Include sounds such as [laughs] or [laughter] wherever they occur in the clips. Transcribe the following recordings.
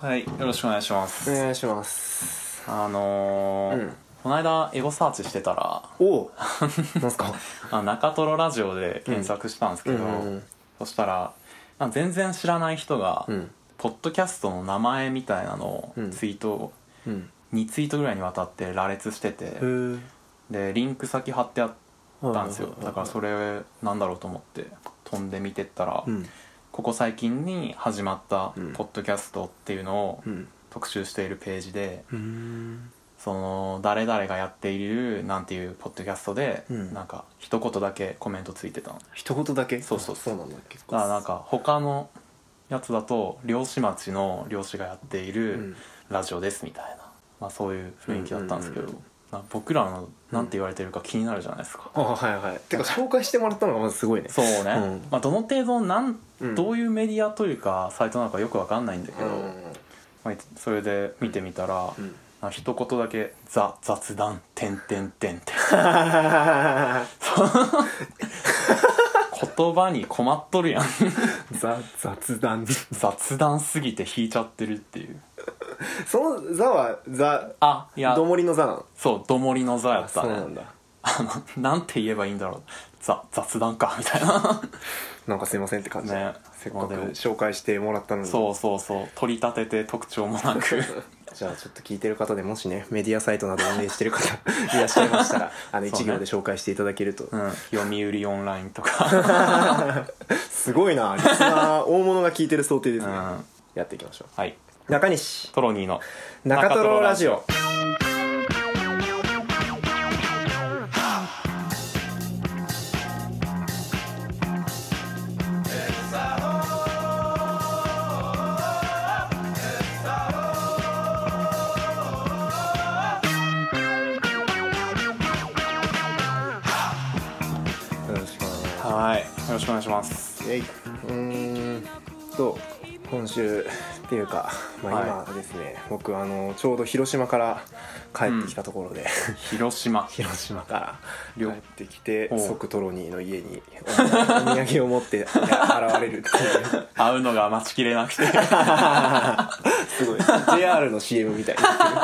はい、よろしくお願いしまおす。願いしますあのーうんこの間エゴサーチしてたら、おおなんすかあ中トロラジオで検索したんですけど、 [laughs] うんうんうんそしたら、まあ全然知らない人が、うんポッドキャストの名前みたいなのをうんツイート、うん2ツイートぐらいにわたって羅列してて、へで、リンク先貼ってあったんですよはいはいはい。はいだからそれなんだろうと思って飛んで見てったら、うんここ最近に始まったうんポッドキャストっていうのをうん特集しているページで、うんその誰々がやっているなんていうポッドキャストで、うんなんか一言だけコメントついてたのだ一言だけそうそうそうなんだ結構からなんか他のやつだと漁師町の漁師がやっているラジオですみたいな、まあ、そういう雰囲気だったんですけど、うんうんな僕らのなんて言われてるか気になるじゃないですか、あはいはいてか紹介してもらったのがまずすごいねそうね、うんまあ、どの程度なんうんどういうメディアというかサイトなのかよくわかんないんだけうど、 [laughs] んまあ、それで見てみたら、うんなんか一言だけ「ザ雑談てんてんてん」って言葉に困っとるやん [laughs] ザ雑談雑談すぎて引いちゃってるっていうそのザはザあいやどもりのザなのそうどもりの座やあっそたうなんねだあの [laughs] なんて言えばいいんだろうざ雑談かみたい [laughs] ななんかすいませんって感じねせっかくまあでも紹介してもらったのにそうそうそう取り立てて特徴もな [laughs] くじゃあちょっと聞いてる方でもしねメディアサイトなど運営してる方 [laughs] いらっしゃいましたらあのそうね一行で紹介していただけると、うん読売オンラインとかすごいなリスナー大物が聞いてる想定ですうね、んやっていきましょはいう中西トロニーの中トロラジオオよろしくお願いしますはいよろしくお願いしますえいうーんと今週っていうか、まあ、今ですね、僕あのちょうど広島から帰ってきたところ [laughs] で、広島広島から旅帰ってきておう即トロニーの家にお土お土産を持って現れるっていう会うのが待ちきれなくて [laughs] すごい JR の CM みたいな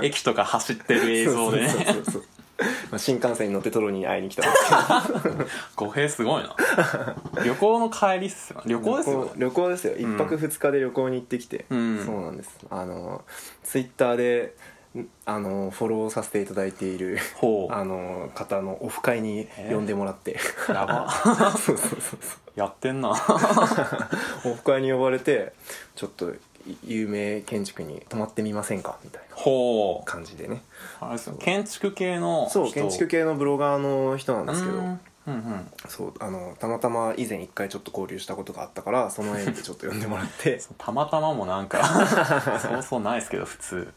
駅とか走ってる映像でね [laughs] そうそうそうそうまあ新幹線に乗ってトロニーに会いに来たんですけど語弊すごい [laughs] な旅行の帰りっすよ旅行ですよ旅行旅行ですよ一泊二日で旅行に行ってきて、うんそうなんですあのツイッターでんあのフォローさせていただいているほうあの方のオフ会に呼んでも [laughs] らってやば [laughs] そうそうそうやってんなそうオフ会に呼ばれてちょっと有名建築に泊まってみませんかみたいなほう感じでねあれですよ建築系の人そう建築系のブロガーの人なんですけどうんうんうんそうあのたまたま以前一回ちょっと交流したことがあったからその縁でちょっと呼んでも [laughs] らってそうたまたまもなん [laughs] かそうそうないですけど普通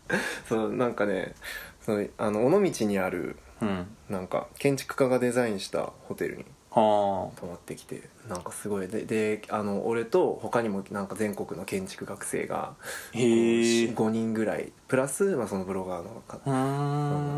そうなんかねそのあの尾道にあるうんなんか建築家がデザインしたホテルには泊まってきてなんかすごいでであの俺と他にもなんか全国の建築学生があへえ5人ぐらいプラス、まあ、そのブロガーのかうー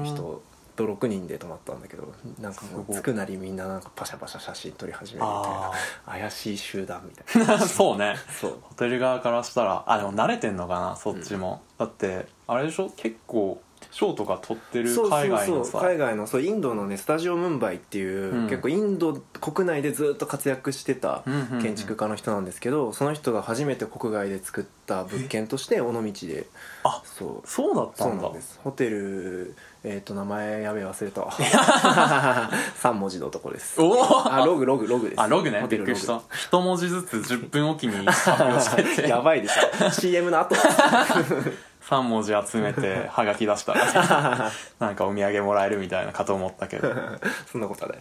ん人と6人で泊まったんだけどなんかもすうごいつくなりみんななんかパシャパシャ写真撮り始めるみたいあな怪しい集団みたいなあ [laughs] そうねそうホテル側からしたらあでも慣れてんのかなそっちも、だってあれでしょ結構賞とか取ってるそう海外そのうそさう海外のそうインドのねスタジオムンバイっていう、うん結構インド国内でずっと活躍してたうんうんうん建築家の人なんですけど、その人が初めて国外で作った物件として尾道であそうそうだったそうんだなんですホテルえっ、と名前やべえ忘れたわ [laughs] 三文字のとこですおおあログログログですあ、ログね。ホテびっルくロりグした。一文字ずつ10分おき [laughs] に発表してて、やばいでしょ CM の後 [laughs] 3文字集めて、はがき [laughs] 出したら、なんかお土産もらえるみたいなかと思ったけど。そんなことはな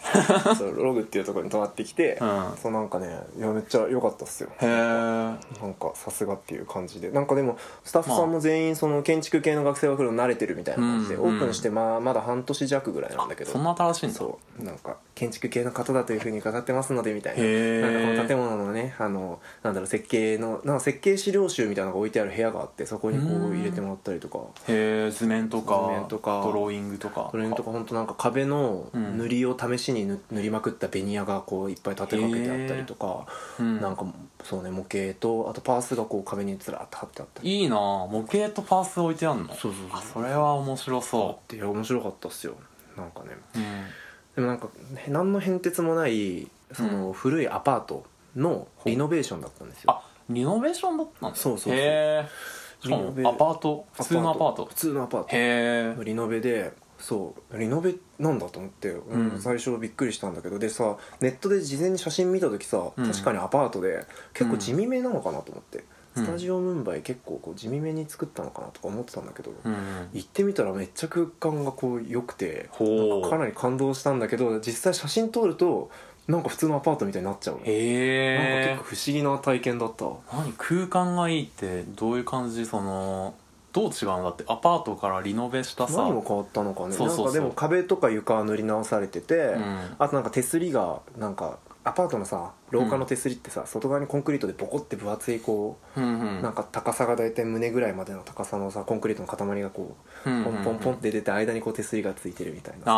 いそうログっていうところに泊まってきて、うんそうなんかねいやめっちゃ良かったっすよへー。なんかさすがっていう感じでなんかでもスタッフさんも全員その建築系の学生が来るの慣れてるみたいな感じで、うんうんオープンしてまあまだ半年弱ぐらいなんだけどそんな新しいんだ。そうなんか建築系の方だというふうに伺ってますのでみたいなへーなんかこの建物のねあのなんだろう設計のなんか設計資料集みたいなのが置いてある部屋があってそこにこううん入れてもらったりとかへえ図面とか図面とかドローイングとかそれとか本当なんか壁のうん塗りを試しに塗塗りまくったベニヤがこういっぱい立てかけてあったりとか、うんなんかそうね模型とあとパースがこう壁につらっと貼ってあったりいいなあ模型とパース置いてあんのそうそうそうあそれは面白そいや面白かったっすよなんかねう、うん、でもなんか何の変哲もないその古いアパートのリノベーションだったんですよ、あリノベーションだったんだそうそうそうへえしかリノベもアパート普通のアパート普通のアパートへえリノベでそうリノベなんだと思って、んうん最初びっくりしたんだけどでさネットで事前に写真見た時さ、うん確かにアパートで結構地味めなのかなと思って、うんスタジオムンバイ結構こう地味めに作ったのかなとか思ってたんだけど、うんうん行ってみたらめっちゃ空間がこう良くてほうなんかかなり感動したんだけど実際写真撮るとなんか普通のアパートみたいになっちゃうのなんかへえ結構不思議な体験だった何空間がいいってどういう感じそのどう違うんだってアパートからリノベしたさ何が変わったのかねそうそうそうなんかでも壁とか床は塗り直されてて、うんあとなんか手すりがなんかアパートのさ廊下の手すりってさ、外側にコンクリートでボコって分厚いこう、うんうんなんか高さが大体胸ぐらいまでの高さのさコンクリートの塊がこう、うんうんうんポンポンポンって出て間にこう手すりがついてるみたいなな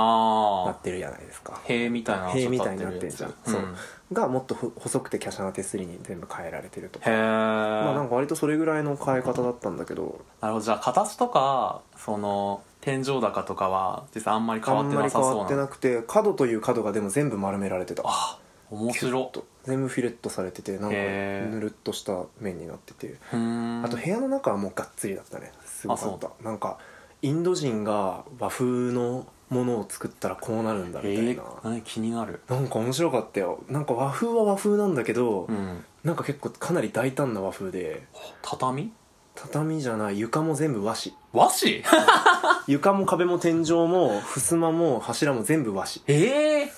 あってるじゃないですかあ塀みたいなのがちょ塀っみとた立いになってるんやつじゃん、そうがもっとふ細くて華奢な手すりに全部変えられてるとへえまあなんか割とそれぐらいの変え方だったんだけどなるほどじゃあ形とかその天井高とかは実際あんまり変あわんってまなりさ変そわうってななくて角という角がでも全部丸められてたあ面白い全部フィレットされててなんかへーぬるっとした面になっててうーんあと部屋の中はもうがっつりだったねすごかあっそたなんかインド人が和風のものを作ったらこうなるんだみたえいえな、何気になるなんか面白かったよなんか和風は和風なんだけど、うんなんか結構かなり大胆な和風で畳畳じゃない床も全部和紙和紙 [laughs] 床も壁も天井も襖も柱も全部和紙ええ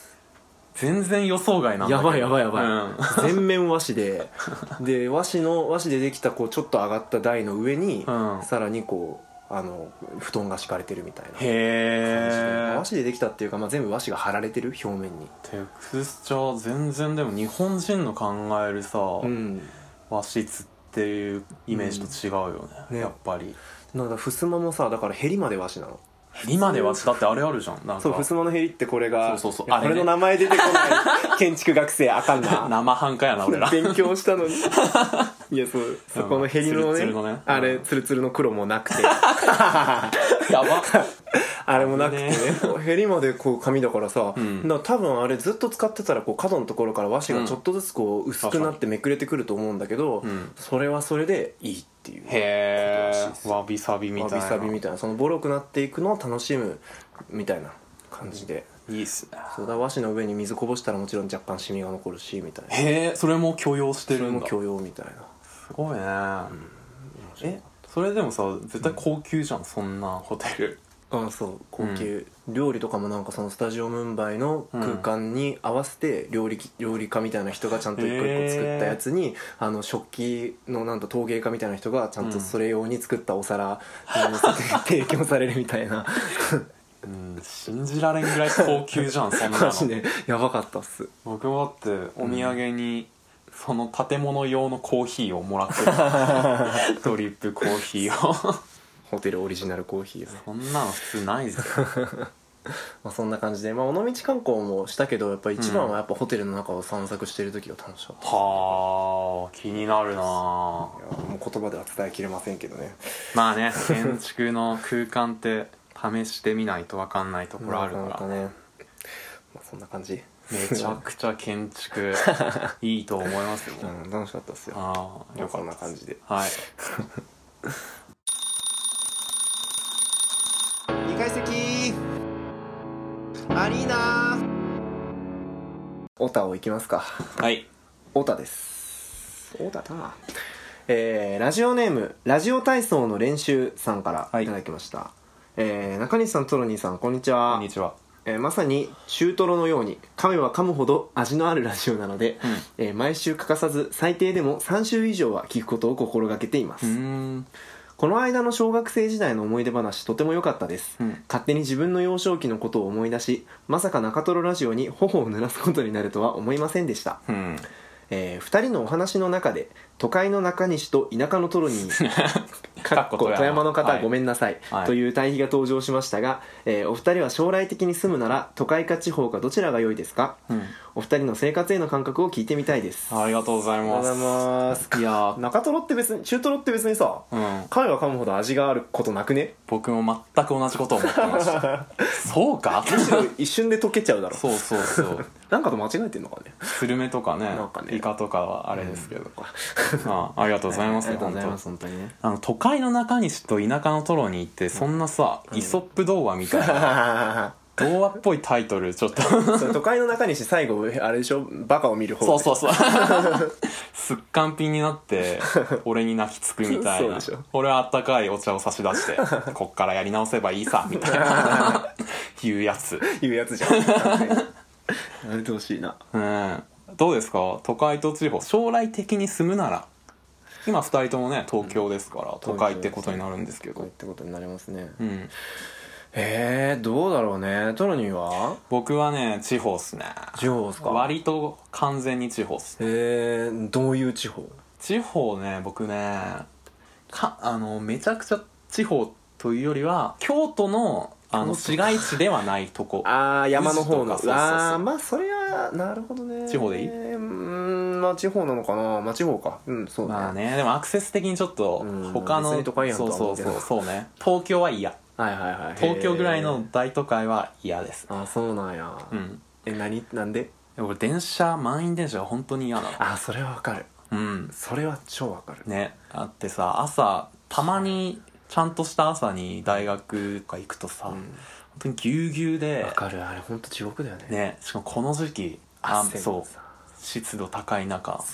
全然予想外なんだけどやばいやばいやばい、うん、全面和紙で [laughs] で和紙の和紙でできたこうちょっと上がった台の上に、うんさらにこうあの布団が敷かれてるみたいな感じで、へえ和紙でできたっていうか、まあ、全部和紙が貼られてる表面にテクスチャー全然でも日本人の考えるさ、うん和室っていうイメージと違うよね,、うんねやっぱりなんだ襖もさだからへりまで和紙なの今で和紙だってあれあるじゃんなんかそう襖のへりってこれがそうそうそういやあれこねれの名前出てこ [laughs] ない建築学生あかんな生半可やな俺 [laughs] ら勉強した [laughs] のにいやそうそこのへりツのルツね,、ルのねあれツルツルの黒もなくてや [laughs] ばあれもなくてねねヘリまでこう紙だからさ、んだから多分あれずっと使ってたらこう角のところから和紙がちょっとずつこう薄くなってめくれてくると思うんだけど、んそれはそれでいいっていうへえわびさびみわたいびなさびみたいなそのボロくなっていくのを楽しむみたいな感じで、いいっすねそうだから和紙の上に水こぼしたらもちろん若干シミが残るしみたいなへえそれも許容してそれるんもだ許容みたいなすごいね、えそれでもさ絶対高級じゃん、そんなホテルああそう高級、料理とかもなんかそのスタジオムンバイの空間に合わせて料理,、料理家みたいな人がちゃんと一個一個作ったやつに、あの食器のなんと陶芸家みたいな人がちゃんとそれ用に作ったお皿に乗せ [laughs] て提供されるみたいなうん信じられんぐらい高級じゃんそんなの [laughs] 話で、やばかったっす僕もだってお土産にその建物用のコーヒーをもらって [laughs] たドリップコーヒーをホテルオリジナルコーヒーをねそんなの普通ないぜまあ、そんな感じで、まあ、尾道観光もしたけどやっぱ一番はやっぱホテルの中を散策してる時が楽しかった、はあ気になるなあいやもう言葉では伝えきれませんけどねまあね建築の空間って試してみないと分かんないところあるなかからね、まあ、そんな感じめちゃくちゃ建 [laughs] 築いいと思いますよ、うん、楽しかったっすよ。ああまよあかそっんたな感じで。はい二階席アリーナオタを行きますか。はいオタです。オタだ。えー、ラジオネーム、ラジオ体操の練習さんからはいいただきました。えー、中西さん、トロニーさん、こんにちこんはに。ちはえーまさに中トロのように噛めば噛むほど味のあるラジオなので、えー毎週欠かさず最低でも3週以上は聞くことを心がけていますうーんこの間の小学生時代の思い出話とても良かったです、うん勝手に自分の幼少期のことを思い出しまさか中トロラジオに頬を濡らすことになるとは思いませんでした、うんえ2人のお話の中で都会の中西と田舎 [laughs] のトロにかっこ富山の方、はいごめんなさい、はいという対比が登場しましたが、えーお二人は将来的に住むなら都会か地方かどちらが良いですか、うんお二人の生活への感覚を聞いてみたいですありがとうございますますいや中トロって別に中トロって別にさーうん噛めば噛むほど味があることなくね僕も全く同じことを思ってました [laughs] そうかむしろ一瞬で溶けちゃうだろそうそうそうなんかと間違えてんのかねスルメとかねなんかねイカとかはあれですけど、あありがとうございます、ありがとうございます本本当にね当あの都会の中西と田舎のトロに行ってそんなさ、イソップ童話みたい [laughs] な童話っぽいタイトルちょっとそう都会の中にして最後あれでしょバカを見る方そうそうそう [laughs] すっかんぴんになって俺に泣きつくみたいそうなでしょ俺はあったかいお茶を差し出してこっからやり直せばいいさみたい [laughs] ないうやつういうやつじゃ [laughs] んやめてほしいなうんどうですか都会と地方将来的に住むなら今2人ともね東京ですから、都会ってことになるんですけこういどっ、てことになりますねうん、えー、どうだろうねトロニーは僕はね地方っすね地方ですか割と完全に地方っすねえー、どういう地方地方ね僕ねかあのめちゃくちゃ地方というよりは京都のあの市街地ではないとこああ山の宇治方とのかそうそうそうああまあそれはなるほどね地方でいいうーんまあ地方なのかなまあ地方かうんそうだね,、まあねでもアクセス的にちょっとうん他の、別に都会やんそとはうそ思ううけそどうそうね東京は嫌はいはいはい東京ぐらいへーの大都会は嫌ですあそうなんや、うんえ何なんで俺電車満員電車が本当に嫌なのあそれはわかるうんそれは超わかるねあってさ朝たまにちゃんとした朝に大学とか行くとさ、本当にぎゅうぎゅうでわかるあれ本当地獄だよねねしかもこの時期あ汗がそうさ湿度高い中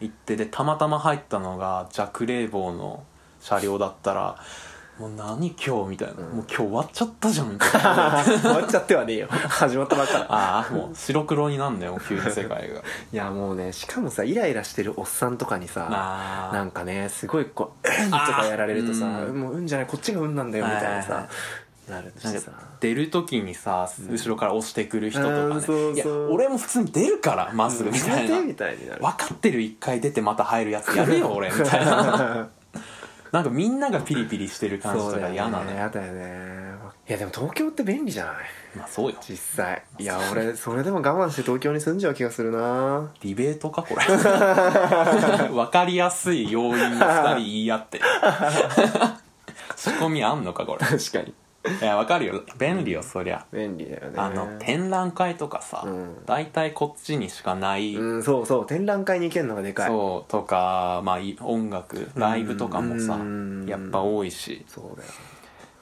行ってでたまたま入ったのが弱冷房の車両だったらもう何今日みたいな、もう今日終わっちゃったじゃんみたいなあ [laughs] 終わっちゃっては [laughs] ねえよ始まったばっかだあもう白黒になんだよもう急に世界 [laughs] がいやもうねしかもさイライラしてるおっさんとかにさあなんかねすごいこう「 [clears throat] うん」とかやられるとさあー「うんもううんじゃないこっちがうんなんだよ」みたいなはいはさなるしなんさか出る時にさ後ろから押してくる人とかね、うんそうそういや俺も普通に出るからまずみたいな、やめてみたいになる分かってる一回出てまた入るやつやめ [laughs] よ俺みたいななんかみんながピリピリしてる感じとか嫌なのよ嫌だよねいやでも東京って便利じゃないまあそうよ実際いや俺それでも我慢して東京に住んじゃう気がするなディベートかこれ [laughs] 分かりやすい要因に2人言い合って [laughs] 仕込みあんのかこれ確かにいや分かるよ便利よそりゃ便利だよねあの展覧会とかさ、ん大体こっちにしかない、うんそうそう展覧会に行けるのがでかいそうとか、まあ、い音楽ライブとかもさうんやっぱ多いしそうだよ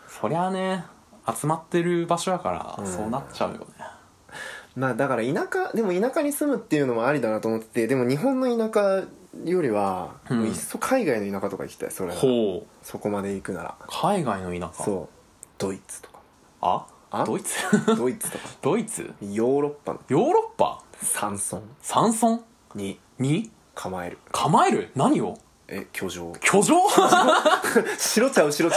そりゃあね集まってる場所やからんそうなっちゃうよねまあだから田舎でも田舎に住むっていうのもありだなと思っててでも日本の田舎よりは、うんもういっそ海外の田舎とか行きたいそれはほうそこまで行くなら海外の田舎そうドイツと [laughs] かああドイツ [laughs] ドイツとかドイツヨーロッパのヨーロッパ山村山村にに構える構える何をえ居城居城 [laughs] 白茶を白茶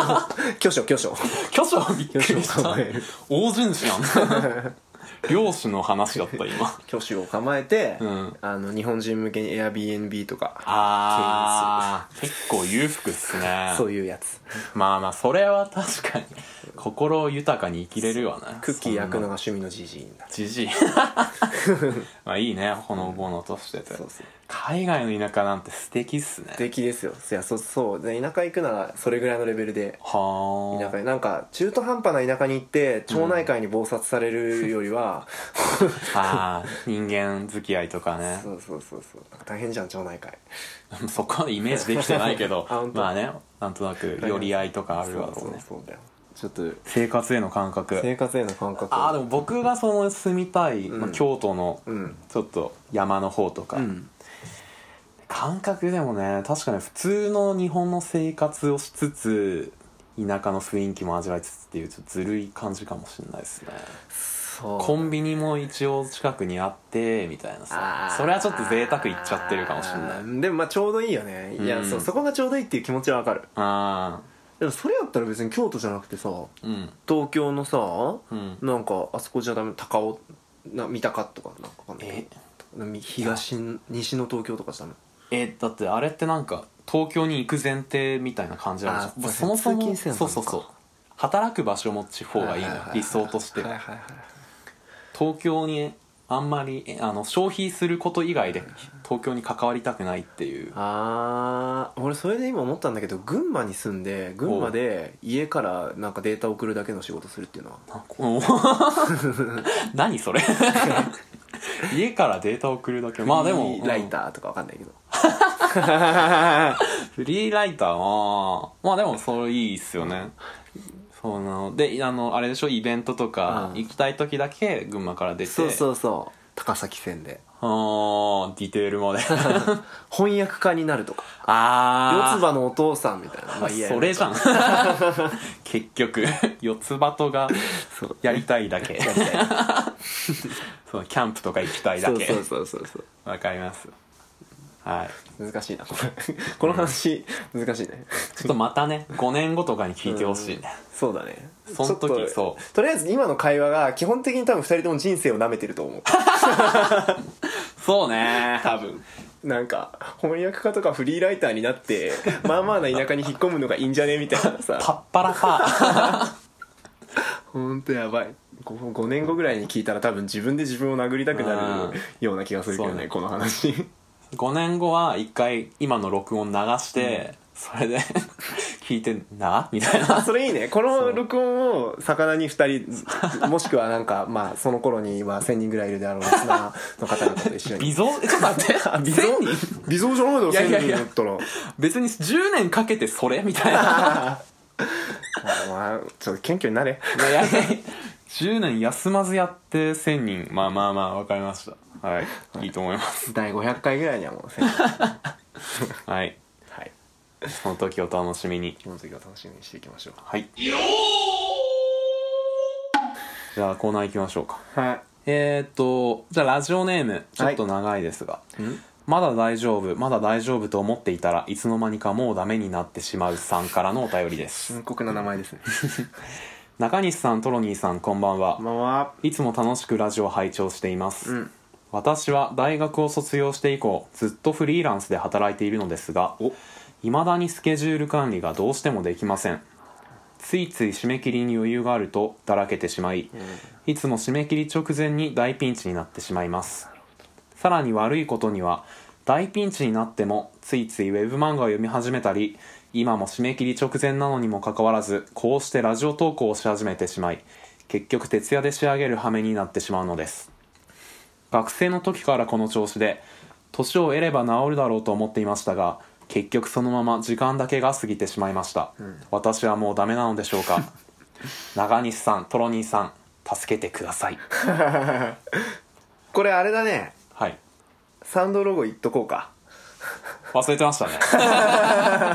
[laughs] 巨所巨所巨匠びっくりし巨た匠構える大巡視なん [laughs] だ漁師の話だった今巨所を構えて、うんあの日本人向けに Airbnb とかあー結構裕福っすねそういうやつまあまあそれは確かに [laughs] 心豊かに生きれるわねクッキー焼くのがが趣味のじじいんだじじ [laughs] いまあいいねほのぼのとしてて、そうそう海外の田舎なんて素敵っすね素敵ですよいやそうそうで田舎行くならそれぐらいのレベルでは田あ舎になんか中途半端な田舎に行って町内会に暴殺されるよりは、あー人間付き合いとかね [laughs] そうそうそうそうなんか大変じゃん町内会そこまでイメージできてないけど [laughs] あ本当まあねなんとなく寄り合いとかあるわろそううねそうだよちょっと生活への感覚生活への感覚ああでも僕がその住みたい、まあ、京都のうんちょっと山の方とか、うん感覚でもね確かに普通の日本の生活をしつつ田舎の雰囲気も味わいつつっていうちょっとずるい感じかもしれないですねそうコンビニも一応近くにあってみたいなあさーそれはちょっと贅沢いっちゃってるかもしれないでもまあちょうどいいよねいや、うんそうそこがちょうどいいっていう気持ちはわかるあでもそれやったら別に京都じゃなくてさーうん東京のさうんなんかあそこじゃダメ高尾な三鷹とかなんかわかんないけえどみ東西の東京とかじゃダメえだってあれってなんか東京に行く前提みたいな感じあるじゃんあーそもそ通も勤線なのそかうそうそう働く場所も地方がいいのよ理想としてははいはいはい東京にあんまりえあの消費すること以外で東京に関わりたくないっていう [laughs] あー俺それで今思ったんだけど群馬に住んで群馬で家からなんかデータ送るだけの仕事するっていうのはあこ何 [laughs] それ家からデータ送るだけまあでもフリーライターとかわかんない [laughs] けどフリーライターはまあでもそれいいっすよねそうなのであのあれでしょイベントとかうん行きたい時だけ群馬から出てそううそうそう高崎線で [laughs] あーディテールまで翻訳家になるとかあ四つ葉のお父さんみたいなまあいいやそれじゃん [laughs] 結局四つ葉とがそうやりたいだけやりたいそのキャンプとか行きたいだ [laughs] そうけそうそうそうそうわかりますはい難しいなこれこの話、難しいねちょっとまたね5年後とかに聞いてほしいね、そうだねその時ちょっとそとりあえず今の会話が基本的に多分二人とも人生を舐めてる [laughs] と思うそうね多分なんか翻訳家とかフリーライターにな [laughs] ってまあまあな田舎に引っ込むのがいいんじゃねみたいなパさッパラパほんとやばい 5, 年後ぐらいに聞いたら多分自分で自分を殴りたくなうんるような気がするけどそうねねこの話5年後は一回今の録音流して、それで聞いてんなみたいなあそれいいねこの録音を魚に2人もしくはなんかまあその頃にまあ1000人ぐらいいるであろうリスナーの方々と一緒に微増えちょっと待って [laughs] あ微増1000人微増じゃないだろいやいや1000い人やだったら別に10年かけてそれみたいなお前ちょっと謙虚になれいやいやいや10年休まずやって1000人まあまあまあわかりましたはいいいと思います第500回ぐらいにはもう1000人はいはいその時を楽しみにこの時を楽しみにしていきましょはいじゃあコーナー行きましょうかうはえー、っとじゃあラジオネームちょっと長いですが、んまだ大丈夫まだ大丈夫と思っていたらいつの間にかもうダメになってしまうさんからのお便りです深刻な名前ですね中西さんトロニーさんこんばんはこんばんはいつも楽しくラジオ拝聴しています、ん私は大学を卒業して以降ずっとフリーランスで働いているのですがいまだにスケジュール管理がどうしてもできませんついつい締め切りに余裕があるとだらけてしまい、いつも締め切り直前に大ピンチになってしまいますさらに悪いことには大ピンチになってもついついウェブ漫画を読み始めたり今も締め切り直前なのにもかかわらずこうしてラジオ投稿をし始めてしまい結局徹夜で仕上げる羽目になってしまうのです学生の時からこの調子で年を得れば治るだろうと思っていましたが結局そのまま時間だけが過ぎてしまいました、私はもうダメなのでしょうか長西さんトロニーさん助けてくださいこれあれだねはいサウンドロゴ言っとこうか忘れてましたね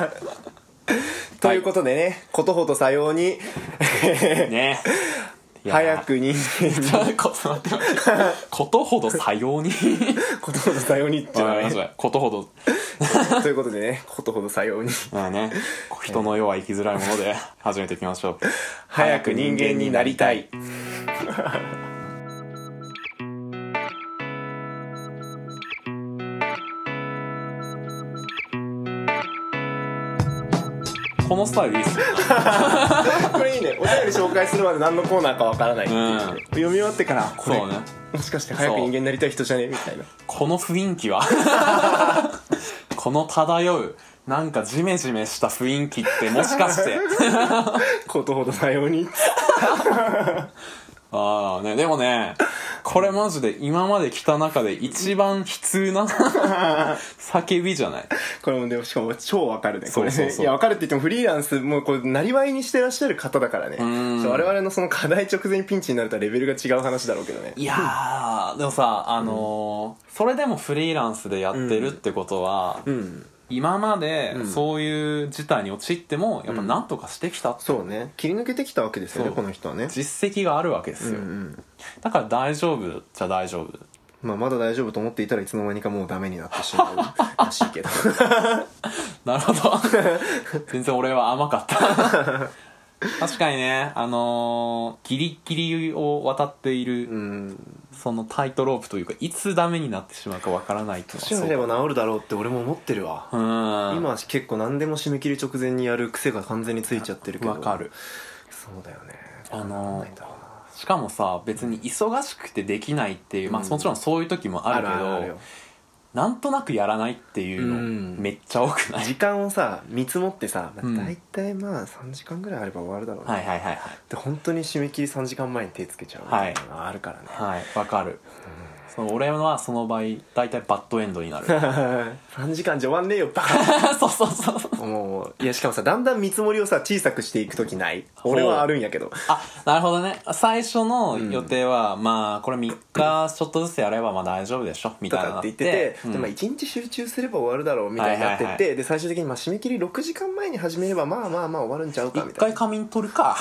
[laughs] ということでね、ことほどさようにねいやー早く人間にちょっと待って待ってことほどさよ [laughs] うにことほどさようにっちわゃかうりましねたことほど [laughs] ということでねことほどさようにまあね人の世は生きづらいもので始めていきましょう早く人間になりたい [laughs] このスタイルいいっすねこれいいねお便り紹介するまで何のコーナーかわからないっていうね、うん読み終わってからこれそうねもしかして早く人間になりたい人じゃねみたいなこの雰囲気は [laughs] この漂うなんかジメジメした雰囲気ってもしかして [laughs] ことほどさようにああねでもねこれマジで今まで来た中で一番悲痛な [laughs] 叫びじゃないこれもでもしかも超わかるねそうそうそうこれねいやわかるって言ってもフリーランスもうこうなりわいにしてらっしゃる方だからねんそう我々のその課題直前にピンチになるとはレベルが違う話だろうけどねいやーでもさあのーそれでもフリーランスでやってるってことは、うん今までうんそういう事態に陥ってもやっぱうん何とかしてきた、そうね切り抜けてきたわけですよねそうこの人はね実績があるわけですうんうよ、んだから大丈夫じゃ大丈夫まあ、まだ大丈夫と思っていたらいつの間にかもうダメになってしまうらしいけどなるほど全然俺は甘かった確かにねあのーギリギリを渡っている、 [laughs] うんそのタイトロープというかいつダメになってしまうかわからないっていう年のをはやれば治るだろうって俺も思ってるわ、そううん今は結構何でも締め切り直前にやる癖が完全についちゃってるけどわかるそうだよねあのーなんだろうなしかもさ別に忙しくてできないっていう、まあうんもちろんそういう時もあるけどあよなんとなくやらないっていうの、うんめっちゃ多くない時間をさ見積もってさ、まあうん大体まあ3時間ぐらいあれば終わるだろうね、はいはいはいで本当に締め切り3時間前に手つけちゃうみたいなのがあるからね、 [laughs] はいはいわかる、その俺はその場合大体バッドエンドに [laughs] なる3時間じゃ終わんねえよバカそうそうそうそうもういやしかもさだんだん見積もりをさ小さくしていく時ない俺はあるんやけどあなるほどね最初の予定は、まあこれ3日ちょっとずつやればまあ大丈夫でしょみとたいなかなって言ってて、うんでも1日集中すれば終わるだろうみたいになってって、はいはいで最終的にまあ締め切り6時間前に始めればまあまあまあ終わるんちゃうかみ一たい回な仮眠取るか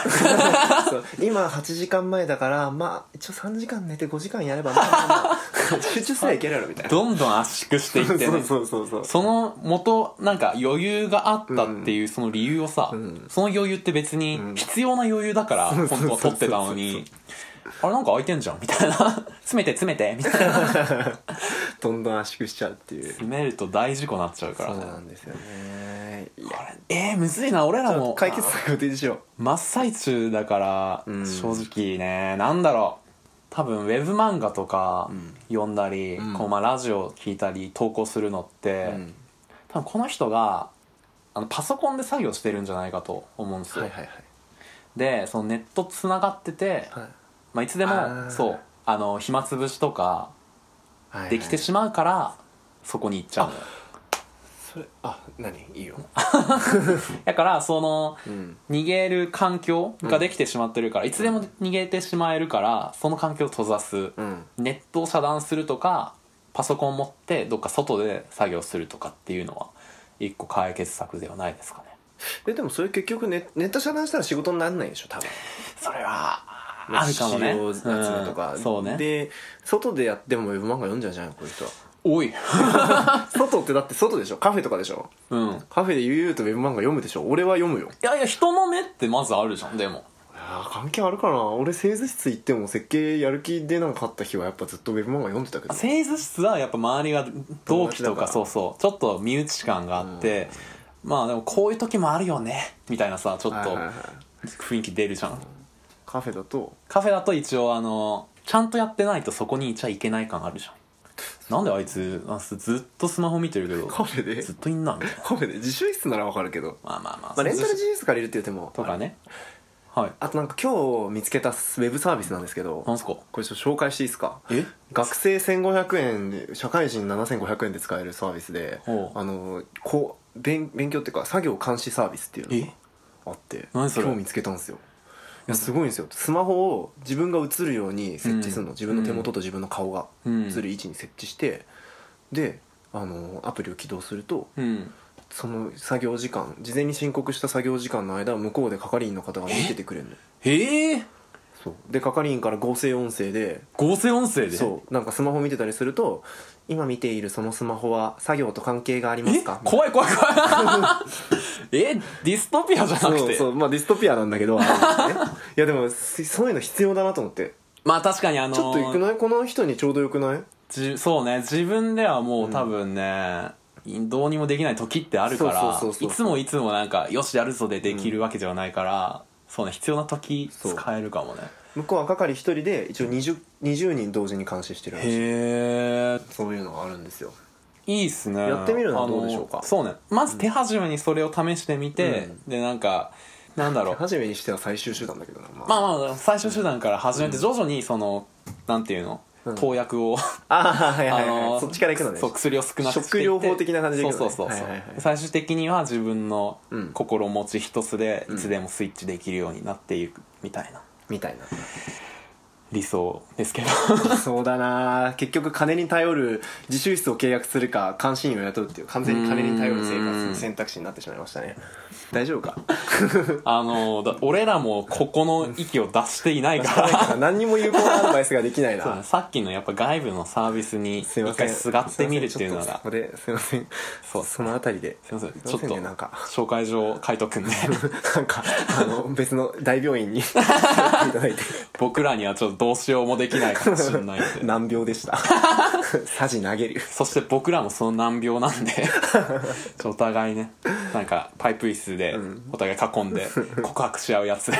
そう今8時間前だからまあ一応3時間寝て5時間やればまあまあまあ [laughs] 集中すりゃいけるやろみたいなどんどん圧縮していってねそうそうそうそうその元なんか余裕があったっていうその理由をさ、んその余裕って別にうん必要な余裕だからそう本そう当は取ってたのにあれなんか空いてんじゃんみたいな [laughs] 詰めて詰めてみたいなどんどん圧縮しちゃうっていう詰めると大事故なっちゃうかそらうねなんですよねいやあれえー、むずいな俺らも解決策を提示しよう真っ最中だから、うん正直ねなんだろう多分ウェブ漫画とか読んだり、うんこうまあラジオ聞いたり投稿するのって、うん多分この人があのパソコンで作業してるんじゃないかと思うんですよ、はいはいでそのネットつながってて、はいまあ、いつであもーそうあの暇つぶしとかはいできてしまうから、そこに行っちゃうのよそれあ何いいよだからそのうん逃げる環境ができてしまってるから、いつでも逃げてしまえるからその環境を閉ざす、うんネットを遮断するとかパソコンを持ってどっか外で作業するとかっていうのは一個解決策ではないですかねえでもそれ結局ネネット遮断したら仕事になんないでしょ多分それはあるかもね資料集めとか、うんそうねで外でやってもウェブ漫画読んじゃうじゃんこういう人はおい外ってだって外でしょカフェとかでしょうんいカフェで悠々とウェブ漫画読むでしょ俺は読むよやいや人の目ってまずあるじゃんでもあー関係あるかな俺製図室行っても設計やる気でなんかあった日はやっぱずっとウェブ漫画読んでたけど製図室はやっぱ周りが同期と友達だかからそうそうちょっと身内感があって、まあでもこういう時もあるよねみたいなさちょっはいとはいはい雰囲気出るじゃんカフェだとカフェだと一応あのちゃんとやってないとそこにいちゃいけない感あるじゃんなんであいつあずっとスマホ見てるけどカフェでずっといんなみたいなカフェで自習室ならわかるけど、まあまあまあ、まあ、レンタル自習室借りるっていう手もとかねはいあとなんか今日見つけたウェブサービスなんですけどなんすかこれちょっと紹介していいですかえ学生1500円で社会人7500円で使えるサービスでほうあのこう勉勉強っていうか作業監視サービスっていうのえがあって何それ今日見つけたんですよいやすごいんですよスマホを自分が映るように設置するうの、ん自分の手元と自分の顔がうん映る位置に設置して、であのアプリを起動するとうんその作業時間事前に申告した作業時間の間向こうで係員の方が見ててくれるのへえそうで係員から合成音声で合成音声でそうなんかスマホ見てたりすると「今見ているそのスマホは作業と関係がありまえすか?」怖い怖い怖い [laughs] えディストピアじゃなくそうてそうまあディストピアなんだけど、 [laughs] あれねいやでもそそういうの必要だなと思ってまあ確かにあのーちょっとよくないこの人にちょうどよくないじそうね自分ではもう多分ね、どうにもできない時ってあるからそうそうそうそういつもいつもなんかよしやるぞでできるわけではないから、そうね必要な時そう使えるかもね向こうは係一人で一応 20, 20人同時に監視してるらしいへえそういうのがあるんですよいいっすねやってみるのはどうでしょうかあのそうねまず手始めにそれを試してみて、でなんかなんだろう初めにしては最終手段だけどなままあまあ最初手段から始めて徐々にその、なんていうのうん投薬をああはいはいはい、あのーそっちから行くのねそう薬を少なくしていって食療法的な感じでいくのねそうそうそうそう、はいはいはい最終的には自分のうん心持ち一つでんいつでもスイッチできるようになっていくみたいな、みたいな理想ですけど [laughs] [laughs] そうだな結局金に頼る自習室を契約するか監視員を雇うっていう完全に金に頼る生活の選択肢になってしまいましたね大丈夫か [laughs] あのだ俺らもここの息を出していないだかから何にも有効なアドバイスができないらそうなさっきのやっぱ外部のサービスにすいま一せん回すがってみるっていうのがすいませんちょっとそこですいませんそうそのあたりですいませんすちょっとねなんか [laughs] 紹介状書いとくんでなんかあの別の大病院に [laughs] 行っていただいて僕らにはちょっとどうしようもできないかもしれないんで難病でした [laughs] サジ投げるそして僕らもその難病なん [laughs] でちょお互いねなんかパイプ椅子でお互い囲 [laughs] んで告白し合うや [laughs] つ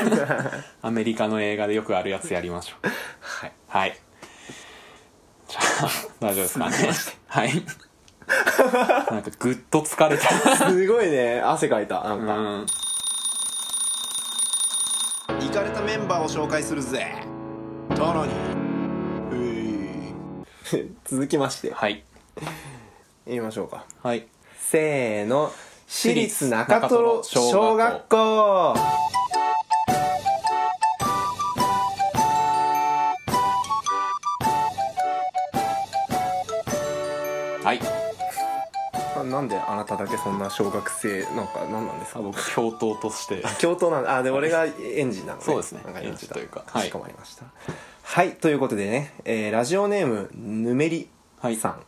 アメリカの映画でよくあるやつやりましょうはいはいじゃあ大丈夫ですかねはいなんかぐっと疲れた [laughs] すごいね汗かいたなんか、うん行かれたメンバーを紹介するぜトロに [laughs] 続きましてはい言いましょうかはいせーの私立立中中トロトロ小小学学校はいあなんであなただけそんな小学生なんか何なんですあか僕教頭として教頭なんあで俺が園児なのねそうですねなんか園児だ園児というかはかいしこまりましたはいということでね、えーラジオネームぬめりさん、は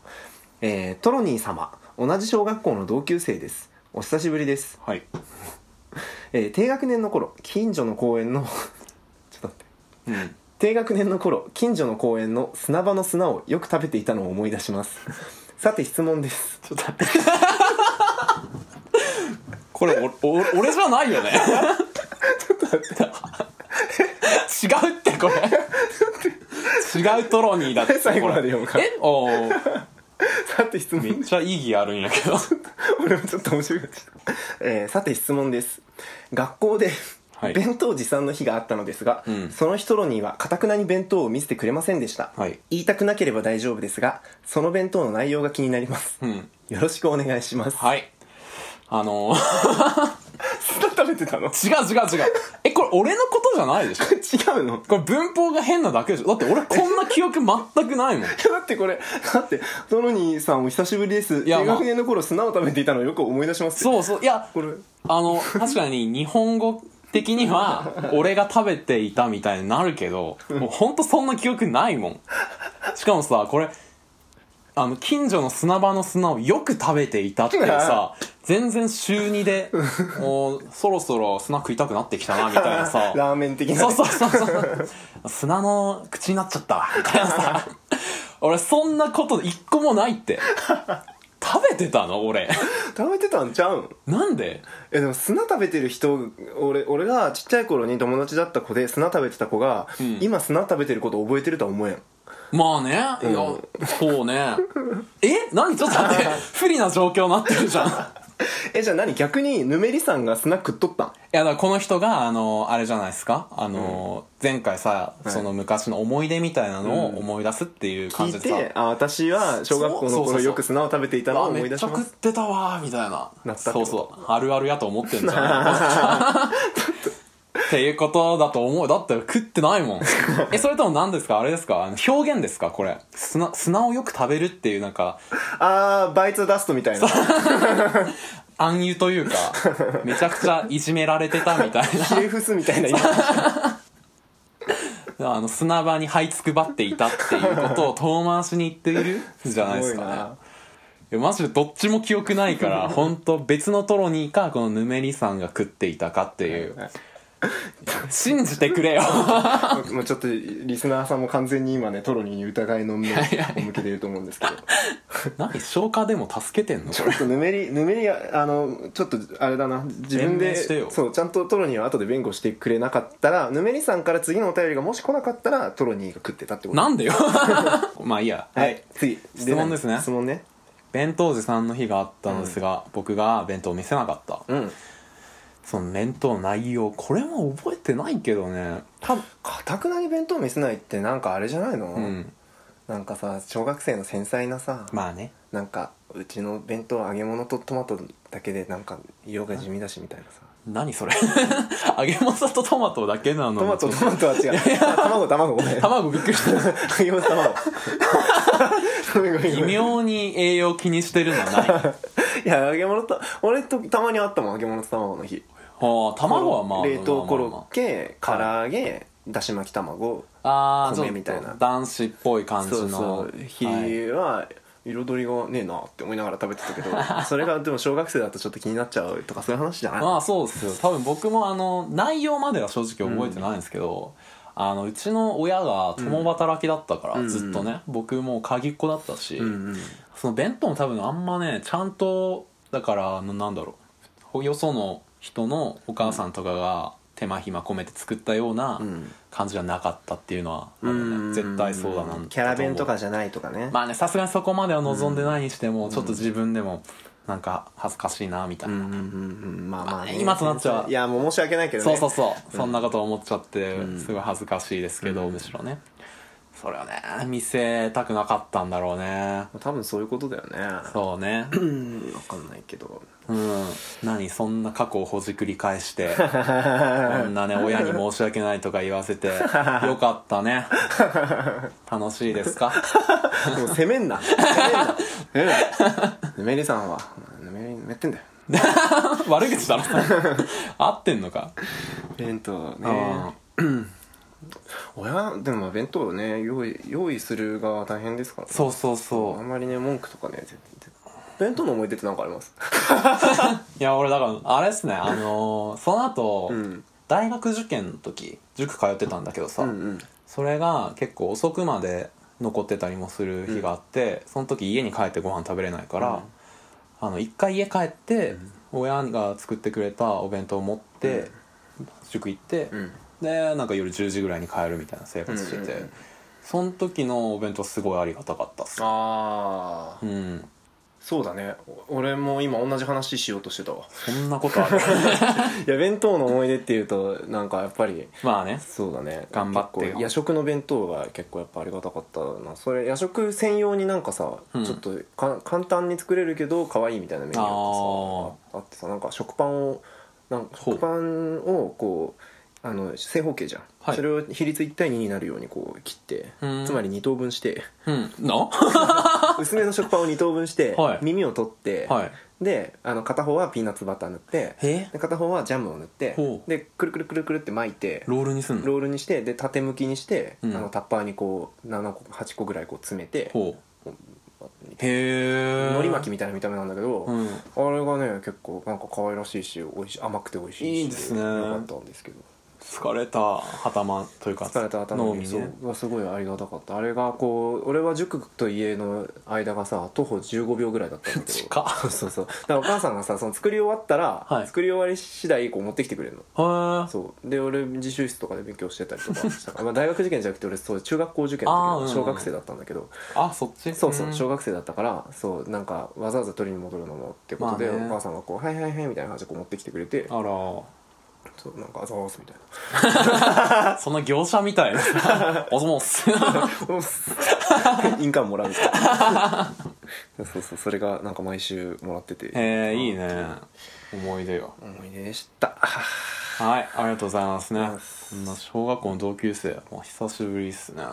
えートロニー様同じ小学校の同級生ですお久しぶりですはいえー低学年の頃近所の公園の [laughs] ちょっと待っうてん低学年の頃近所の公園の砂場の砂をよく食べていたのを思い出しますさて質問ですちょっと待ってこれおお俺じゃないよねちょっと待って違うってこれ違うトロニーだってこれ最後まで読むからえおーさて質問めっちゃ意義あるんやけ [laughs] ど俺もちょっと面白いなっちゃった、えーさて質問です学校で、はい弁当持参の日があったのですが、うんその日トロニーはかたくなに弁当を見せてくれませんでした、はい言いたくなければ大丈夫ですがその弁当の内容が気になります、うんよろしくお願いしますはいあのー砂 [laughs] 食べてたの違う [laughs] 違う違うえこれ俺のことじゃないでしょ違うのこれ文法が変なだけでしょだって俺こんな記憶全くないもんいやだってこれだってトロニーさんお久しぶりですいや低学年の頃砂を食べていたのをよく思い出しますよそうそういやこれあの、確かに日本語的には、俺が食べていたみたいになるけど、もうほんとそんな記憶ないもん。しかもさ、これ、あの、近所の砂場の砂をよく食べていたっていうさ、全然週2で、もう、そろそろ砂食いたくなってきたな、みたいなさ。 [laughs] ラーメン的なそうそうそうそう。砂の口になっちゃったわ、みたいなさ。俺、そんなこと一個もないって。食べてたの俺。食べてたんちゃうんなんでえでも砂食べてる人俺俺がちっちゃい頃に友達だった子で砂食べてた子が、ん今砂食べてること覚えてるとは思えんまあね、いや、そうね。え [laughs] 何ちょっと待って、不利な状況になってる [laughs] じゃん。いえじゃあ何逆にぬめりさんが砂食っとったんや、だからこの人が、あの、あれじゃないですか。あの、前回さ、いその昔の思い出みたいなのを思い出すっていう感聞じいでさ、てあ私は小そ学校のうそうそうそ頃うよく砂を食べていたのをあ、め思いっちゃ出しま食っすてたわー、みたいな。なったってそこうとそう。あるあるやと思ってんじゃ [laughs] ないっていうことだと思う。だって食ってない [laughs] もん。え、それとも何ですかあれですかあの表現ですかこれ。砂、砂をよく食べるっていうなんか、あーバイツダストみたいな暗喩と [laughs] いうか、めちゃくちゃいじめられてたみたいな。ひれ伏すみたいな [laughs] あの砂場に這いつくばっていたっていうことを遠回しに言っているじゃないですすごいかなねいやマジでどっちも記憶ない [laughs] から本当別のトロニーかこのヌメリさんが食っていたかっていうはい信じてくれよ [laughs] まあちょっとリスナーさんも完全に今ねトロニーに疑いの目を向けていると思うんですけど何消化でも助けてんのこちょっとぬめり [laughs] ぬめりがあのちょっとあれだな自分弁明でしてよそうちゃんとトロニーは後で弁護してくれなかったらぬめりさんから次のお便りがもし来なかったらトロニーが食ってたってこれとなんで [laughs] よまあいいやはい次質問ですね何質問ね弁当時さんの日があったのですが、僕が弁当を見せなかった、うんその弁当の内容これも覚えてないけどね多分かたくなに弁当見せないってなんかあれじゃないの、うんなんかさ小学生の繊細なさ、まあねなんかうちの弁当揚げ物とトマトだけでなんか色が地味だしみたいなさ何それ [laughs] 揚げまさとトマトだけなのトマトトマトは違う卵卵 [laughs] ごめん卵びっくりした揚げ物 [laughs] 卵ごめんごめんご微めんい妙に栄養気にしてるのない [laughs] あや揚げ物と俺とたまにあったもん揚げ物と卵の日ー卵はまあ冷凍コロまあまあまあッケ唐揚げだし巻き卵ああちょ米っみたいなと男子っぽい感じのそうそう日はいは彩りがねえなって思いながら食べ [laughs] てたけどそれがでも小学生だとちょっと気になっちゃうとかそういう話じゃないまあそうですよ多分僕もあの内容までは正直覚えてないんですけど、あのうちの親が共働きだったから、うんずっとね僕もう鍵っ子だったし、うんうんその弁当も多分あんまねちゃんとだからあのなんだろうよその人のお母さんとかが手間暇込めて作ったようなうん感じじゃなかったっていうのは、うなんかんね絶対そうだなキャラ弁とかかじゃないとかね、まあねさすがにそこまでは望んでないにしても、ちょっと自分でもなんか恥ずかしいなみたいな、うんうんうんうんまあまあ、まあ今となっちゃいやもう申し訳ないけどそねうそうそう、そんなこと思っちゃってすごい恥ずかしいですけど、むしろねそれをね見せたくなかったんだろうね多分そういうことだよねそう [clears throat] ねうん分かんないけどうん何そんな過去をほじくり返して [laughs] こんなね親に申し訳ないとか言わ [laughs] せてよかったね楽しいですか [laughs] もう攻めんな攻めんな攻めんなメリさんはめめってんだよ悪口だろ合ってんのか、弁当ねあ親でもまあ弁当をね用意用意する側は大変ですからーねそうそうあそんまりね文句とかね絶対弁当の思い出って何かありますういや俺だからあれですねあ [laughs] のーその後、ん大学受験の時塾通ってたんだけどさ、うんうんそれが結構遅くまで残ってたりもする日があって、その時家に帰ってご飯食べれないから、あの一回家帰って、親が作ってくれたお弁当を持って、塾行って、んでなんか夜10時ぐらいに帰るみたいな生活してて、うんうんうんその時のお弁当すごいありがたかったっす [laughs] ああうんそうだねお俺も今同じ話しようとしてたわそんなことあ [laughs] るいや弁当の思い出っていうとなんかやっぱりまあねそうだね頑張ってよ結構夜食の弁当が結構やっぱありがたかったなそれ夜食専用になんかさ、うんちょっとか簡単に作れるけど可愛いみたいなメニューがさあってさなんか食パンをなんかほう食パンをこうあの正方形じゃん、はいそれを比率1対2になるようにこう切ってうんつまり2等分して [laughs] うんの薄めの食パンを2等分して、はい耳を取って、はいであの片方はピーナッツバター塗ってえで片方はジャムを塗ってほうでくるくるくるくるって巻いてロールにすんのロールにしてで縦向きにして、うんあのタッパーにこう7個8個ぐらいこう詰めてほうへえ海苔巻きみたいな見た目なんだけど、うんあれがね結構なんか可愛らしいし美味しい甘くて美味しいしいいですねよかったんですけど疲れた頭というか疲れた頭脳にみそねうはすごいありがたかったあれがこう俺は塾と家の間がさ徒歩15秒ぐらいだったんだけど近っそうそうそうだからお母さんがさその作り終わったら、はい作り終わり次第こう持ってきてくれるのへーそうで俺自習室とかで勉強してたりとかしたからまあ大学受験じゃなくて俺そう中学校受験あーうんのうん時小学生だったんだけどあそっちそうそううん小学生だったからそうなんかわざわざ取りに戻るのもってことで、まあねお母さんがこう「はいはいはい」みたいな感じでこう持ってきてくれてあらそうなんかあざわすみたいな [laughs] その業者みたいな [laughs] おそもっすうん印鑑もらうんですか [laughs] そうそうそれがなんか毎週もらっててえー、いいね思い出よ思い出でしたはいありがとうございますねりがとうございまそんな小学校の同級生もう久しぶりですね、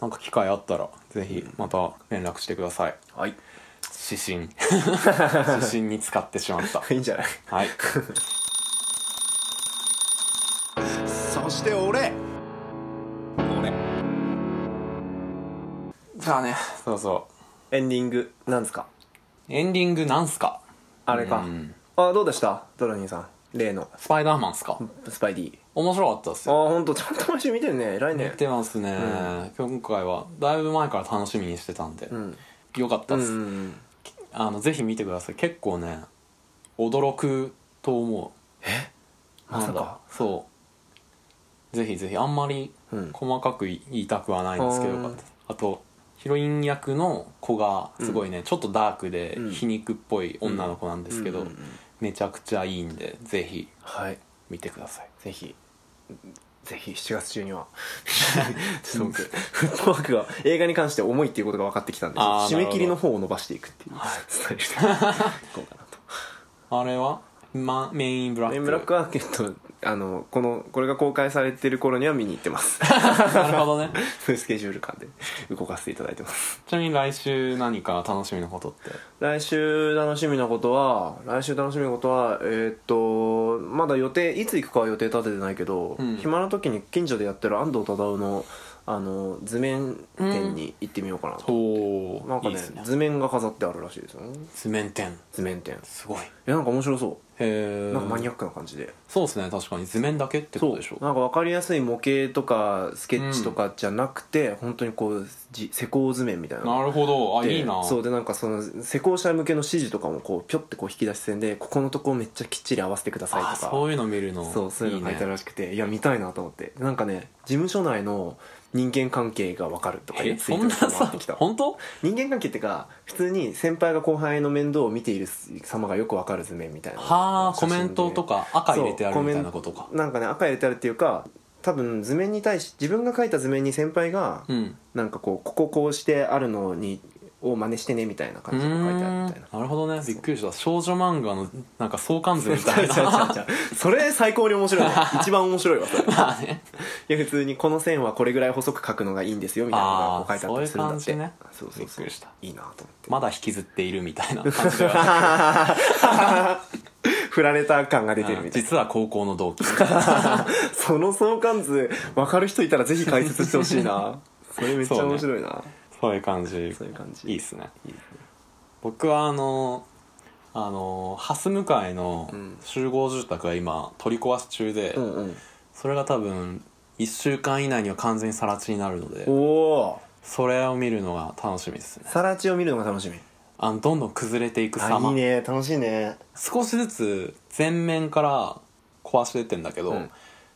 なんか機会あったらぜひまた連絡してくださいはい指 [laughs] 針指針に使ってしまったいいんじゃないはいそして俺俺じゃあねそうそうエンディングなんですかエンディングなんすかあれかうんあどうでしたドラニーさん例のスパイダーマンっすかスパイディ面白かったっすあよ本当ちゃんと毎週見てるね偉いやねってますね、今回はだいぶ前から楽しみにしてたんで、んよかったうんでうす、んあのぜひ見てください結構ね驚くと思うまさかなんだそうぜひぜひあんまりうん細かく言いたくはないんですけど、うんよかったですあとヒロイン役の子がすごいね、ちょっとダークでうん皮肉っぽい女の子なんですけど、うんうんうんめちゃくちゃいいんでぜひはい見てくださいぜひぜひ7月中 [laughs] にはちうょっと僕 [laughs] フットワークが映画に関して重いっていうことが分かってきたんであー締め切りの方を伸ばしていくっていうスタイルでいこうかなとあれはま、メインブラッメイクンブラックは、えっと、あのこのこれが公開されてる頃には見に行ってます [laughs] なる [laughs] ほどね [laughs] そういうスケジュール感で動かせていただいてますちなみに来週何か楽しみなことって来週楽しみなことは来週楽しみなことはえーっとまだ予定いつ行くかは予定立ててないけど、うん暇な時に近所でやってる安藤忠雄のあの図面店に行ってみようかなと、おなんかいねいですね図面が飾ってあるらしいですよね図面展図面店いすごいへやなんか面白そえうなんかマニアックな感じで、そうですね確かに図面だけってことでしょなんか分かりやすい模型とかスケッチとかじゃなくて、本当にこうじ施工図面みたいななるほどあでいいなそうでなんかその施工者向けの指示とかもこうピョってこう引き出し線でここのとこめっちゃきっちり合わせてくださいとあかそういうの見るのそうそういうの書いてあるねらしくていや見たいなと思ってなんかね事務所内の人間関係が分かるとかいえうツイそーんトなが回さってきた本当人間関係ってか普通に先輩が後輩の面倒を見ている様がよく分かる図面みたいなはあコ写真でメントとか赤入れてあるみたいなことかそうコメンなんかね赤入れてあるっていうか多分図面に対し自分が書いた図面に先輩がうんなんかこうこここうしてあるのにを真似してねみたいな感じで書いてあるみたいなうーんなるほどねびっくりした少女漫画のなんか相関図みた違うい違うな違う違う [laughs] それ最高に面白いね一番面白いわそれ [laughs] まあねいや普通にこの線はこれぐらい細く書くのがいいんですよみたいなのがこう書いてあったりするんだあってーそういう感じねそうそうびっそくうりしたいいなと思ってまだ引きずっているみたい [laughs] な感じでは振られた感が出てるみたい実は高校の [laughs] 同期なその相関図分かる人いたらぜひ解説してほし [laughs] いなそれめっちゃ面白いなそういう感じそういう感じいいっすね僕はあのあの蓮向かいのうん集合住宅が今取り壊し中で、うんうんそれが多分1週間以内には完全に更地になるのおでおそれを見るのが楽しみですねさらちを見るのが楽しみあのどんどん崩れていくあい様いね楽しいね少しずつ全面から壊してってんだけど、うん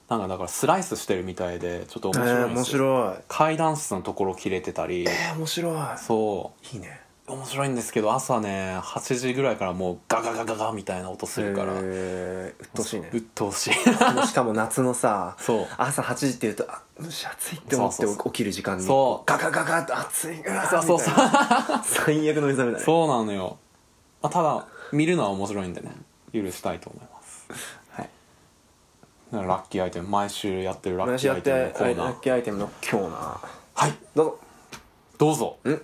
なんかだからスライスしてるみたいでちょっと面え白いーんで面すよ、白い階段室のところ切れてたりえー面白そいいいねう面白いんですけど朝ね8時ぐらいからもうガガガガガみたいな音するから、えー、うっとうしいねうっとう [laughs] しいしかも夏のさそう朝8時っていうとあ蒸し暑いって思っそてうそうそ起きる時間にそうガガガガって暑いうわそうそうそうみたいな最悪の目覚めだねそうなのよ、まあ、ただ見るのは面白いんでね許したいと思いますはいラッキーアイテム毎週やってるラッ私キーやアっイてテムのコーラナッーキーアイテムの今日なはいどうどうぞぞん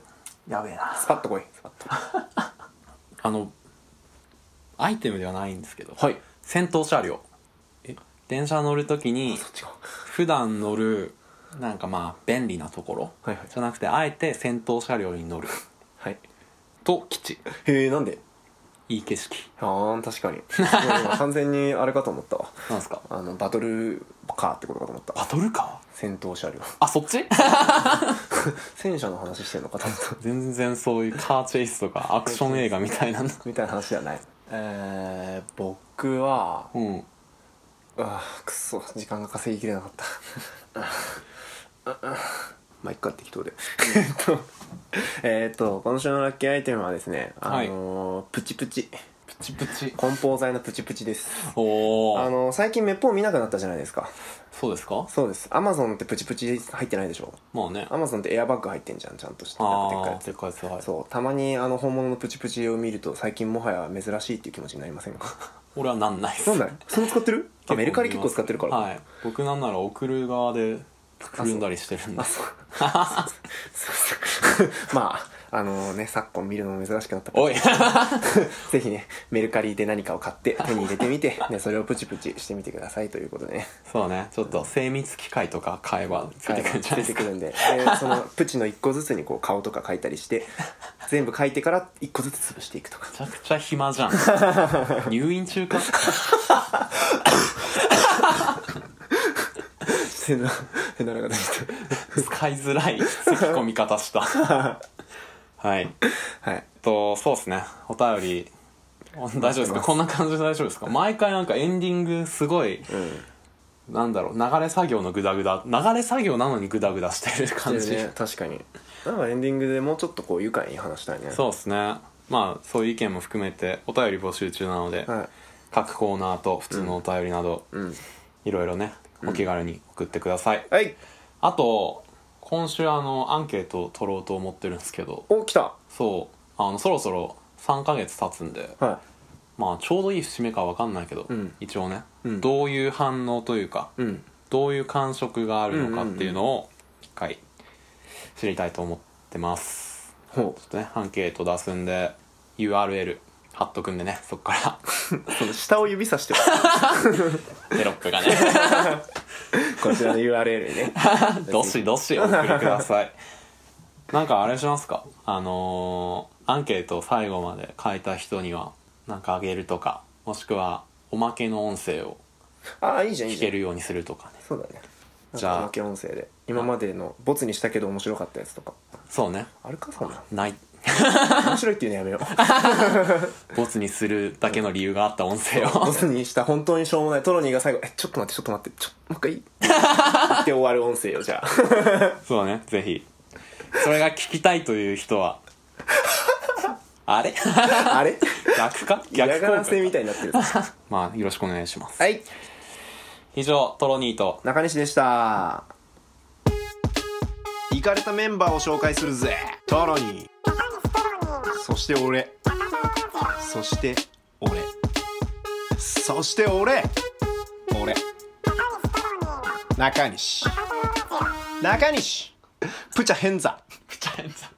やべえなスパッと来いスパッとあのアイテムではないんですけど、はい戦闘車両電車乗るときにそっちか普段乗るなんかまあ便利なところはいはいじゃなくてあえて戦闘車両に乗るはいと基地へえなんでいい景色ああ確かに [laughs] もう今完全にあれかと思ったわなんすかあのバトルカーってことかと思ったバトルカー戦闘車両あそっち [laughs] 戦車の話してんのかと思った全然そういうカーチェイスと [laughs] かアクション映画みたいなのみたいな話じゃないえー、僕はうんあーくっそ時間が稼ぎきれなかったまあいっか適当でえっとえっと今週のラッキーアイテムはですねあのープチプチプチプチ梱包材のプチプチですおあおのー最近めっぽう見なくなったじゃないですかそうですかそうですアマゾンってプチプチ入ってないでしょまあねアマゾンってエアバッグ入ってんじゃんちゃんとしてなんあかでっかいやあつでかいですはいそうたまにあの本物のプチプチを見ると最近もはや珍しいっていう気持ちになりませんか [laughs] 俺はなんないっすなんだよその使ってるあメルカリ結構使ってるからはい僕なんなら送る側でくるんだりしてるんであ [laughs] そうまああのね昨今見るのも珍しくなったか [laughs] らおい [laughs] ぜひねメルカリで何かを買って手に入れてみて、 [laughs] ね、それをプチプチしてみてくださいということでねそうねちょっと精密機械とか買えばついてくるんじゃないで出てすかくる [laughs] んででそのプチの1個ずつにこう顔とか書いたりして全部書いてから1個ずつ潰していくとかめちゃくちゃ暇じゃん [laughs] 入院中かせなせならが出てき使いづらい咳込み方した [laughs] はいたはいえっとそうですねお便り大丈夫ですかこんな感じで大丈夫ですか毎回なんかエンディングすごいうんなんだろう流れ作業のグダグダ流れ作業なのにグダグダしてる感じ、でね確かになんかエンディングでもうちょっとこう愉快に話したいねそうですねまあそういう意見も含めてお便り募集中なので、はい各コーナーと普通のお便りなど、んいろいろねお気軽に送ってください、はいあと今週あのアンケートを取ろうと思ってるんですけどお来たそうあのそろそろ3ヶ月経つんではまあちょうどいい節目かわかんないけど、うん一応ね、うんどういう反応というかうんどういう感触があるのかっていうのを一回知りたいと思ってますほちょっとねアンケート出すんで URL 貼っとくんでねそっから [laughs] うその下を指さしてますテロップがね [laughs] こちらの URL にねどし [laughs] どしお送りください [laughs] なんかあれしますかあのーアンケートを最後まで書いた人にはなんかあげるとかもしくはおまけの音声をああいいじゃんいい聞じゃけんるようにするとかねそうだねじゃあなんかおまけ音声で今までのボツにしたけど面白かったやつとかそうねあるかそんなない面白いっていうのやめようボツにするだけの理由があった音声 [laughs] ボをツにした本当にしょうもないトロニーが最後「えちょっと待ってちょっと待ってちょもう一回いい? 」って終わる音声よじゃあそうねぜひそれが聞きたいという人 [laughs] はあれ [laughs] あれ逆か逆嫌がらせみ効果たいになってるはまあよろしくお願いしますい以上トロニー [laughs] と中西でした行かれたメンバーを紹介するぜトロニーそして俺そして俺そして俺俺中西中西プチャヘンザプチャヘンザ